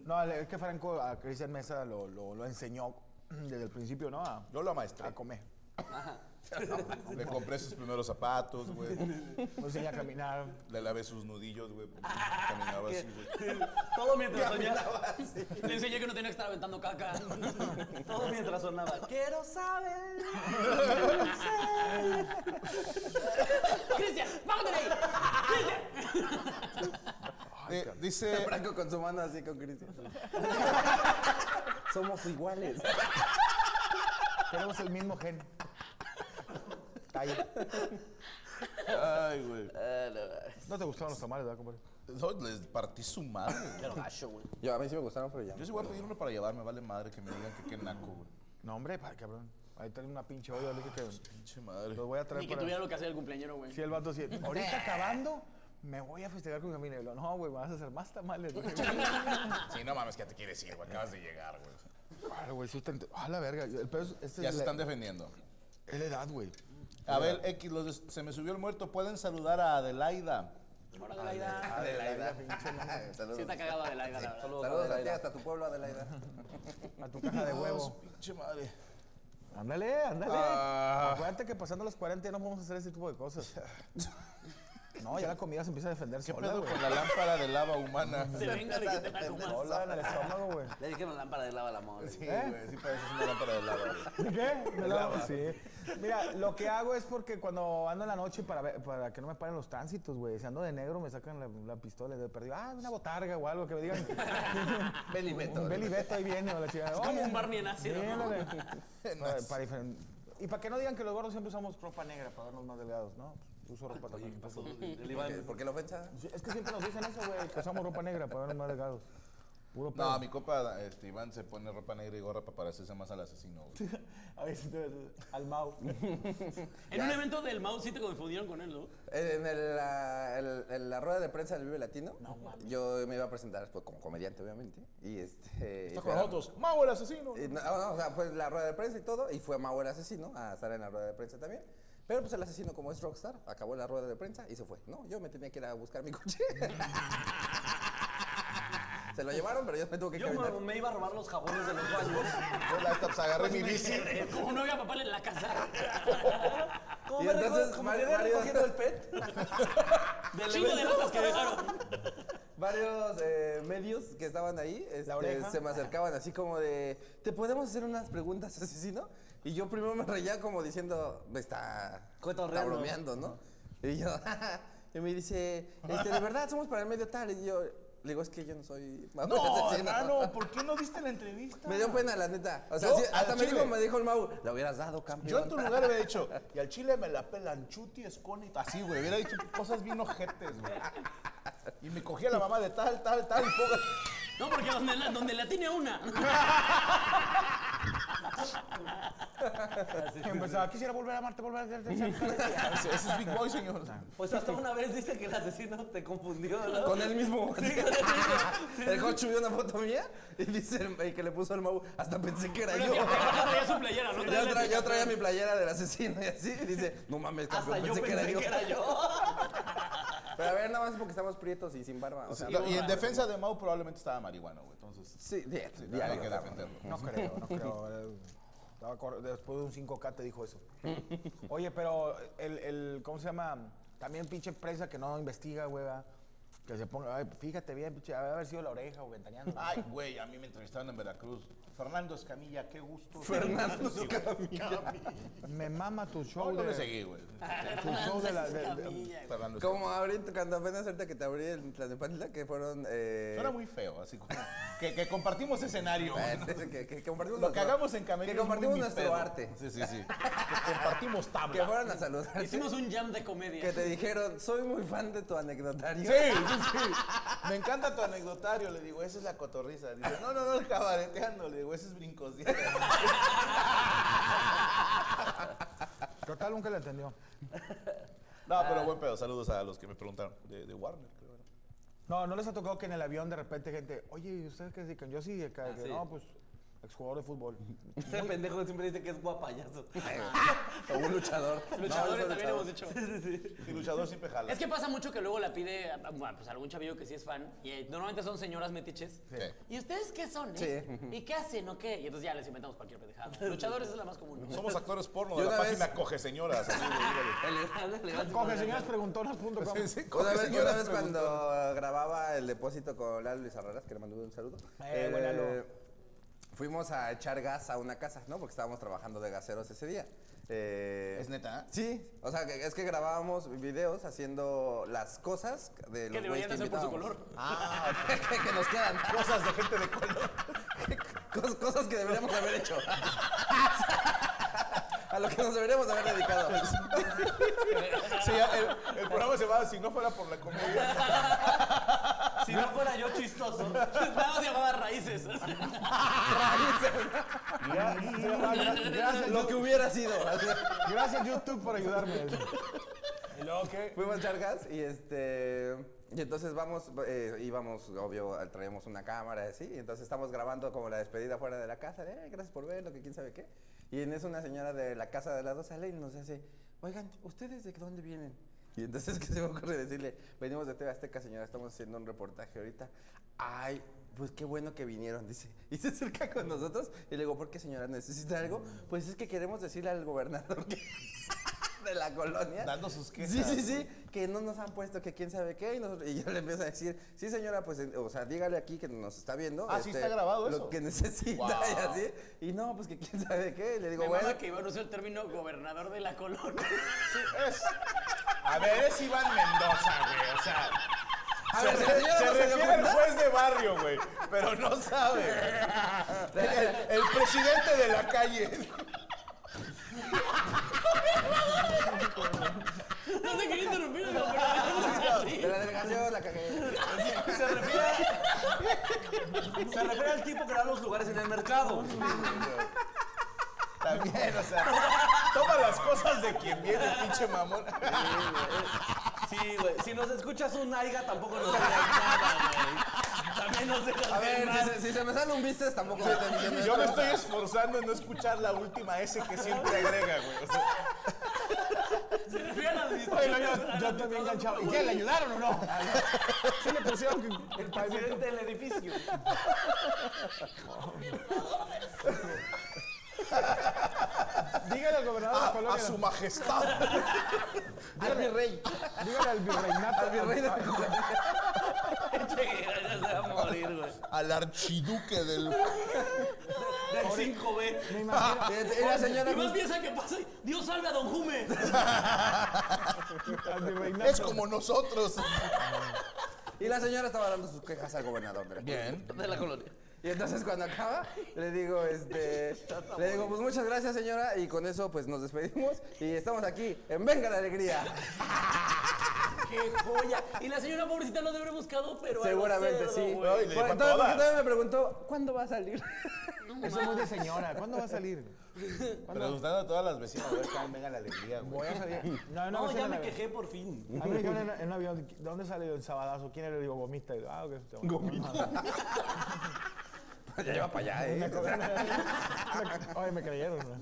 Speaker 1: No, es que Franco a Cristian Mesa lo, lo- lo enseñó desde el principio, ¿no? A,
Speaker 2: Yo lo amaestré.
Speaker 1: a comer.
Speaker 2: Le compré sus primeros zapatos, güey.
Speaker 1: Lo enseñé a caminar.
Speaker 2: Le lavé sus nudillos, güey. porque Caminaba así, güey.
Speaker 3: Todo mientras soñaba.
Speaker 4: Caminaba así.
Speaker 5: Le enseñé que no tenía que estar aventando caca.
Speaker 3: Todo mientras sonaba. Quiero saber.
Speaker 5: Cristian, bájate de ahí.
Speaker 2: Eh, dice...
Speaker 4: Franco con su mano así con Cristo. Somos iguales.
Speaker 1: Tenemos el mismo gen. Ahí.
Speaker 2: Ay, güey.
Speaker 1: No te gustaron los tamales, ¿verdad, compadre?
Speaker 2: No, les partí su madre. güey.
Speaker 4: Yo, a mí sí me gustaron, pero ya.
Speaker 2: Yo sí voy a pedir uno para llevarme, vale madre que me digan que qué naco, güey.
Speaker 1: No, hombre, para cabrón. Ahí traen una pinche olla, le dije que
Speaker 2: Pinche madre.
Speaker 1: los voy a
Speaker 5: Y
Speaker 1: traer
Speaker 5: que
Speaker 1: para...
Speaker 5: tuviera lo que hacía el cumpleañero, güey.
Speaker 1: Si el vato si ahorita acabando, me voy a festejar con Camila. Y lo, no, güey, vas a hacer más tamales. güey".
Speaker 2: Sí, no mames, que te quieres ir, güey. Acabas de llegar, güey.
Speaker 1: Claro, güey, sustento. Ah, la verga. El pedo es, este
Speaker 2: Ya
Speaker 1: es
Speaker 2: se
Speaker 1: la-
Speaker 2: están defendiendo.
Speaker 1: es la edad, güey.
Speaker 2: Abel X, los de- se me subió el muerto. Pueden saludar a Adelaida.
Speaker 5: Hola, Adelaida.
Speaker 4: Adelaida.
Speaker 5: Sí
Speaker 4: Saludos.
Speaker 5: está cagado Adelaida, la verdad.
Speaker 4: Saludos a ti, hasta tu pueblo, Adelaida.
Speaker 1: A tu caja de
Speaker 2: Su
Speaker 1: huevo.
Speaker 2: pinche madre.
Speaker 1: Ándale, ándale.
Speaker 2: Ah.
Speaker 1: Acuérdate que pasando los 40 ya no podemos hacer ese tipo de cosas. No, ya la comida se empieza a defender
Speaker 2: ¿Qué
Speaker 1: sola,
Speaker 2: pedo
Speaker 1: güey.
Speaker 2: con la lámpara de lava humana?
Speaker 5: Se venga de que te la comas.
Speaker 1: Sola en el estómago, güey.
Speaker 3: Le dijeron lámpara de lava la madre.
Speaker 2: Sí, güey, sí pareces una lámpara de lava, güey.
Speaker 1: ¿Qué? Me lavo, sí. Mira, lo que hago es porque cuando ando en la noche para, ver- para que no me paren los tránsitos, güey. Si ando de negro, me sacan la, la pistola y de perdido. Ah, una botarga o algo que me digan.
Speaker 4: Ven y Beto.
Speaker 1: Un Beli Beto ahí viene o la chingada.
Speaker 5: Es como
Speaker 1: Oye,
Speaker 5: un Barney en ácido. ¿no?
Speaker 1: mírale. Para- para difer- y para que no digan que los gordos siempre usamos ropa negra para vernos más delgados, ¿no? Uso ropa también.
Speaker 4: ¿Por qué- ¿Por qué la ofensa?
Speaker 1: Sí, Es que siempre nos dicen eso, güey, que usamos ropa negra para vernos más delgados. Puro pedo.
Speaker 2: No, mi copa este, Iván se pone ropa negra y gorra para parecerse más al asesino. güey.
Speaker 1: A ver si te- al Mau.
Speaker 5: En un evento del Mau sí te confundieron con él, ¿no?
Speaker 4: Eh, En, el, la, el- en la rueda de prensa del Vive Latino, yo me iba a presentar pues, como comediante, obviamente. Y este.
Speaker 2: Está
Speaker 4: y
Speaker 2: con
Speaker 4: fue-
Speaker 2: nosotros. Mau el asesino.
Speaker 4: y no, no, o sea, pues la rueda de prensa y todo, y fue Mau el asesino a estar en la rueda de prensa también. Pero pues el asesino, como es rockstar, acabó la rueda de prensa y se fue. No, yo me tenía que ir a buscar mi coche. se lo llevaron, pero yo me tuve que
Speaker 3: Yo
Speaker 4: caminar.
Speaker 3: me, me iba a robar los jabones de los baños.
Speaker 4: Yo la- pues, agarré mi
Speaker 3: me-
Speaker 4: bici.
Speaker 5: Como no había papel en la casa.
Speaker 4: Y
Speaker 3: me
Speaker 4: entonces,
Speaker 3: recuerdas? ¿Cómo
Speaker 4: Mario-
Speaker 3: llegué
Speaker 4: Mario-
Speaker 3: recogiendo el pet?
Speaker 5: Del Chingo de latas que dejaron.
Speaker 4: Varios eh, medios que estaban ahí este,
Speaker 3: oreja.
Speaker 4: se me acercaban así como de, ¿te podemos hacer unas preguntas, asesino? Y yo primero me reía como diciendo, me está, está
Speaker 3: Cotorreando.
Speaker 4: bromeando, ¿no? Y yo, y me dice, este, de verdad, somos para el medio tal. Y yo, le digo, es que yo no soy Mau
Speaker 2: No,
Speaker 4: asesino".
Speaker 2: hermano, ¿por qué no viste la entrevista?
Speaker 4: Me dio pena, la neta. O sea,
Speaker 2: Yo,
Speaker 4: sí,
Speaker 2: al
Speaker 4: hasta me
Speaker 2: chile.
Speaker 4: dijo, me dijo el Mau, la hubieras dado, campeón.
Speaker 2: Yo en tu lugar hubiera dicho, y al chile me la pelan chuti, escone y así, güey. Hubiera dicho cosas bien ojetes, güey. Y me cogía la mamá de tal, tal, tal, y poca.
Speaker 5: No, porque donde la, donde la tiene una.
Speaker 1: Empezaba, pues, ah, quisiera volver a amarte, volver a amarte.
Speaker 2: Ese ese es Big Boy, señor.
Speaker 3: Pues hasta una vez dice que el asesino te confundió, ¿no?
Speaker 4: Con él mismo.
Speaker 3: Sí, con él mismo. Sí,
Speaker 4: El
Speaker 3: sí.
Speaker 4: coach subió una foto mía y dice el, el que le puso el Mau, hasta pensé que era
Speaker 5: Pero
Speaker 4: yo.
Speaker 5: sí, pero ya traía su playera, ¿no? Traía
Speaker 4: Yo,
Speaker 5: la
Speaker 4: tra- yo
Speaker 5: etiqueta.
Speaker 4: traía mi playera del asesino y así, y dice, no mames, campeón,
Speaker 3: Hasta yo
Speaker 4: pensé,
Speaker 3: pensé que era yo.
Speaker 4: Pero a ver, nada más porque estamos prietos y sin barba. O sea,
Speaker 2: Y en defensa de Mau probablemente estaba marihuana, güey. Entonces,
Speaker 4: Sí, bien,
Speaker 2: sí,
Speaker 4: diario,
Speaker 2: hay que
Speaker 4: claro.
Speaker 2: defenderlo.
Speaker 1: No creo, no creo. Eh, estaba cor- Después de un 5K te dijo eso. Oye, pero el, el- ¿cómo se llama? También pinche empresa que no investiga, güey. ¿verdad? Que se ponga, ay, fíjate bien, pinche, ha de haber sido la oreja o ventaneando.
Speaker 2: Ay, güey, a mí me entrevistaron en Veracruz. Fernando Escamilla, qué gusto.
Speaker 4: Fernando
Speaker 2: Sí, güey.
Speaker 4: Escamilla.
Speaker 1: Me mama tu show
Speaker 2: No, no
Speaker 1: de.
Speaker 2: le seguí, güey.
Speaker 1: Tu show de la. de- de-
Speaker 2: Fernando Escamilla.
Speaker 4: Como ahorita, cuando apenas ahorita que te abrí el Tlalnepantla, que fueron... Eh,
Speaker 2: Suena muy feo, así como que, que compartimos escenario. güey,
Speaker 4: eh,
Speaker 2: ¿no?
Speaker 4: que, que compartimos
Speaker 2: Lo que
Speaker 4: nuestro-
Speaker 2: hagamos en Camerino.
Speaker 4: Que
Speaker 2: es muy
Speaker 4: compartimos
Speaker 2: mi
Speaker 4: nuestro
Speaker 2: pedo.
Speaker 4: arte.
Speaker 2: Sí, sí, sí. Que compartimos tabla.
Speaker 4: Que fueron a saludar.
Speaker 5: Hicimos un jam de
Speaker 4: Que
Speaker 5: comedia.
Speaker 4: te dijeron, soy muy fan de tu anecdotario.
Speaker 2: Sí, sí, sí. Me encanta tu anecdotario. Le digo, esa es la cotorriza. Dice, no, no, no, cabareteando. Le digo, ese es brincos.
Speaker 1: Total, nunca le entendió.
Speaker 2: No, pero buen pedo. Saludos a los que me preguntaron de, de Warner, creo. era.
Speaker 1: No, no les ha tocado que en el avión de repente gente, oye, ¿y ustedes qué se dedican? Yo sí,
Speaker 2: Ah,
Speaker 1: acá, que
Speaker 3: sí.
Speaker 1: no, pues, exjugador de fútbol.
Speaker 3: Ese pendejo siempre dice que es guapayazo.
Speaker 4: O un luchador.
Speaker 5: Luchadores
Speaker 4: No,
Speaker 5: también
Speaker 4: luchador.
Speaker 5: hemos dicho.
Speaker 2: El luchador siempre jala.
Speaker 5: Es que pasa mucho que luego la pide a- a- pues, algún chavillo que sí es fan. Y eh, normalmente son señoras metiches.
Speaker 2: Sí.
Speaker 5: ¿Y ustedes qué son? eh? ¿Y qué hacen o qué? Y entonces ya les inventamos cualquier pendejada. Luchadores es la más común. ¿no?
Speaker 2: Somos actores porno
Speaker 4: Yo
Speaker 2: de la
Speaker 4: una vez-
Speaker 2: página Coge Señoras. así, güey, dígale.
Speaker 3: Elegante, elegante.
Speaker 1: Coge señores preguntonas.com.
Speaker 2: Sí, sí,
Speaker 4: Una
Speaker 2: Coge
Speaker 4: vez, una
Speaker 2: Señoras
Speaker 4: vez
Speaker 2: preguntó.
Speaker 4: cuando grababa el depósito con Lalo Luis Arraras, que le mandó un saludo,
Speaker 1: Eh, buen Lalo.
Speaker 4: fuimos a echar gas a una casa, ¿no? Porque estábamos trabajando de gaseros ese día. Eh,
Speaker 2: ¿Es neta?
Speaker 4: Sí, o sea, que- es que grabábamos videos haciendo las cosas de los güeyes
Speaker 5: deberían
Speaker 4: que
Speaker 5: hacer por su
Speaker 4: invitábamos.
Speaker 5: color.
Speaker 4: Ah, ok, que nos quedan.
Speaker 2: Cosas de gente de color.
Speaker 4: Cos- cosas que deberíamos haber hecho. a lo que nos deberíamos haber dedicado.
Speaker 2: Sí, el, el programa pues, se va Si no fuera por la
Speaker 1: Pues,
Speaker 2: comedia.
Speaker 3: Si no fuera yo chistoso.
Speaker 5: Nada más llamaba raíces.
Speaker 1: Ya, se va, gra- gracias,
Speaker 4: lo que hubiera sido.
Speaker 1: gracias, YouTube, por ayudarme. ¿Y luego qué?
Speaker 4: Fuimos a Chargas y este. Y entonces vamos, eh, íbamos, obvio, traíamos una cámara y así. Y entonces estamos grabando como la despedida fuera de la casa. de, "Eh, gracias por ver, lo que quién sabe qué. Y en eso una señora de la casa de las dos sale y nos hace, oigan, ¿ustedes de dónde vienen? Y entonces que se me ocurre decirle, venimos de TV Azteca, señora, estamos haciendo un reportaje ahorita. Ay, pues qué bueno que vinieron, dice. Y se acerca con nosotros y le digo, ¿por qué señora necesita algo? Pues es que queremos decirle al gobernador que de la colonia.
Speaker 2: Dando sus quejas.
Speaker 4: Sí, sí, sí. Que no nos han puesto que quién sabe qué. Y, nosotros- y yo le empiezo a decir, sí, señora, pues, eh, o sea, dígale aquí que nos está viendo. este,
Speaker 2: Ah, sí está grabado
Speaker 4: Lo
Speaker 2: eso.
Speaker 4: que necesita y
Speaker 2: Guau.
Speaker 4: así. Y no, pues que quién sabe qué. Y le digo,
Speaker 5: Me
Speaker 4: bueno.
Speaker 5: mama que Iván usó el término gobernador de la colonia.
Speaker 2: Es- A ver, es Iván Mendoza, güey. O sea.
Speaker 4: A
Speaker 2: se
Speaker 4: ver,
Speaker 2: re-
Speaker 4: ¿la señora
Speaker 2: se
Speaker 4: no se dio
Speaker 2: refiere al
Speaker 4: cuenta?
Speaker 2: juez de barrio, güey. Pero no sabe. El, el presidente de la calle.
Speaker 5: No te quería interrumpir, no, pero
Speaker 4: De la delegación, la cagué.
Speaker 2: Se refiere,
Speaker 3: Se refiere al tipo que da los lugares en el mercado.
Speaker 2: También, o sea, toma las cosas de quien viene, pinche mamón.
Speaker 3: Sí, güey. Si nos escuchas un naiga, tampoco nos digas nada, güey. También nos dejas
Speaker 9: A ver,
Speaker 3: mal.
Speaker 9: si se, si se me sale un vistes tampoco me están diciendo
Speaker 2: Yo me
Speaker 9: esto.
Speaker 2: estoy esforzando en no escuchar la última S que siempre agrega, güey. O sea,
Speaker 3: Se refiere a la
Speaker 1: Oye,
Speaker 3: administración.
Speaker 1: no, yo, yo también enganchado. ¿Y qué? ¿Le ayudaron o no? Sí le pusieron que-
Speaker 3: El presidente del edificio.
Speaker 1: Dígale al gobernador de la
Speaker 2: Ah, a
Speaker 1: colonia.
Speaker 2: su majestad.
Speaker 9: Al virrey.
Speaker 1: Dígale al virreinato.
Speaker 9: Al virrey de
Speaker 3: Che, ya se va a morir, güey.
Speaker 2: Al archiduque del.
Speaker 3: Del 5B.
Speaker 9: Y la señora
Speaker 3: Y más piensa que pasa. Dios salve a Don Jume.
Speaker 1: al virreinato.
Speaker 2: Es como nosotros.
Speaker 9: Y la señora estaba dando sus quejas al gobernador. de la-
Speaker 2: Bien.
Speaker 3: De la colonia.
Speaker 9: Y entonces cuando acaba, le digo, este, le digo, pues muchas gracias señora, y con eso pues nos despedimos y estamos aquí en Venga la Alegría.
Speaker 3: Qué joya. Y la señora pobrecita lo debe haber buscado, pero. a lo
Speaker 9: Seguramente
Speaker 3: cerdo,
Speaker 9: sí.
Speaker 3: güey.
Speaker 2: Ay, le
Speaker 9: Por-
Speaker 2: dijo a
Speaker 9: todo- porque
Speaker 2: todas.
Speaker 9: todavía me preguntó, ¿cuándo va a salir?
Speaker 1: Eso es muy de señora. ¿Cuándo va a salir?
Speaker 2: Preguntando a todas las vecinas, güey, que venga la alegría, güey.
Speaker 1: Voy a salir. No,
Speaker 3: No, ya me
Speaker 1: quejé.
Speaker 3: quejé por fin.
Speaker 1: A mí me dijeron en, en un avión, ¿de dónde sale el sabadazo? ¿Quién era? Le digo, gomista. Y digo, ah, ok. Gomista.
Speaker 9: ya lleva para allá, ¿eh? O sea,
Speaker 1: Oye, me creyeron. ¿no?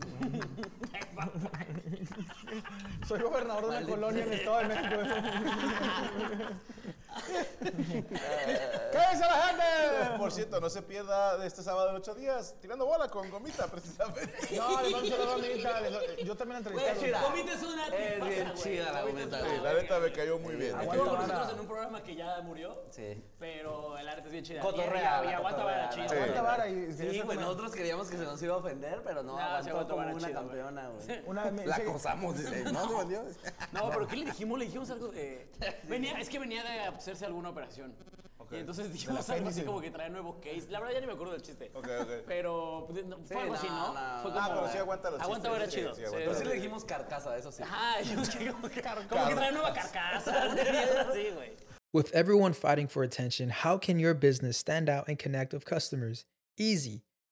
Speaker 1: Soy gobernador de una colonia en el Estado de México. ¡Cállese la gente!
Speaker 2: Por cierto, no se pierda de este sábado en ocho días, tirando bola con gomita, precisamente.
Speaker 1: No, les mando solo gomita. les doy- Yo también la
Speaker 3: Güey,
Speaker 1: entrevisté.
Speaker 3: Comite es una
Speaker 5: Es
Speaker 3: tipaza,
Speaker 5: bien
Speaker 3: güey.
Speaker 5: chida la
Speaker 3: Comite es
Speaker 5: cometa,
Speaker 3: una-
Speaker 5: güey.
Speaker 2: La neta me cayó muy bien.
Speaker 3: Estuvo con nosotros en un programa que ya murió. Sí.
Speaker 5: Pero el arte es bien chida.
Speaker 3: Cotorrea,
Speaker 5: Y, y
Speaker 3: la
Speaker 5: aguanta
Speaker 3: cotorrea,
Speaker 5: vara chida.
Speaker 3: la
Speaker 1: Aguanta vara y-
Speaker 3: Sí, güey, nosotros queríamos que se nos iba a ofender, pero no,
Speaker 5: No, se
Speaker 3: aguantó
Speaker 5: aguantó
Speaker 3: como
Speaker 5: vara
Speaker 3: una
Speaker 5: chido,
Speaker 3: campeona, güey.
Speaker 1: Una vez me
Speaker 9: La
Speaker 1: dice que-
Speaker 9: acosamos, dice, no, no, Dios.
Speaker 5: No, pero ¿qué le dijimos? Le dijimos algo de. Venía, es que venía de hacerse alguna operación. Y entonces dijimos algo así como que trae nuevo case. La verdad ya ni me acuerdo del chiste.
Speaker 2: Ok, ok.
Speaker 5: Pero pues, no, fue algo
Speaker 3: no,
Speaker 5: así, ¿no?
Speaker 3: no.
Speaker 5: Fue
Speaker 3: Ah,
Speaker 5: como,
Speaker 2: pero sí aguanta los
Speaker 5: Aguanta
Speaker 2: chistes,
Speaker 5: era
Speaker 2: sí,
Speaker 5: chido.
Speaker 2: sí,
Speaker 5: Sí,
Speaker 2: aguanta.
Speaker 3: Pero
Speaker 5: sí.
Speaker 3: sí le dijimos carcasa, eso sí.
Speaker 5: Ajá, yo es que como que, como que trae nueva carcasa. Sí, güey.
Speaker 4: With everyone fighting for attention, how can your business stand out and connect with customers? Easy.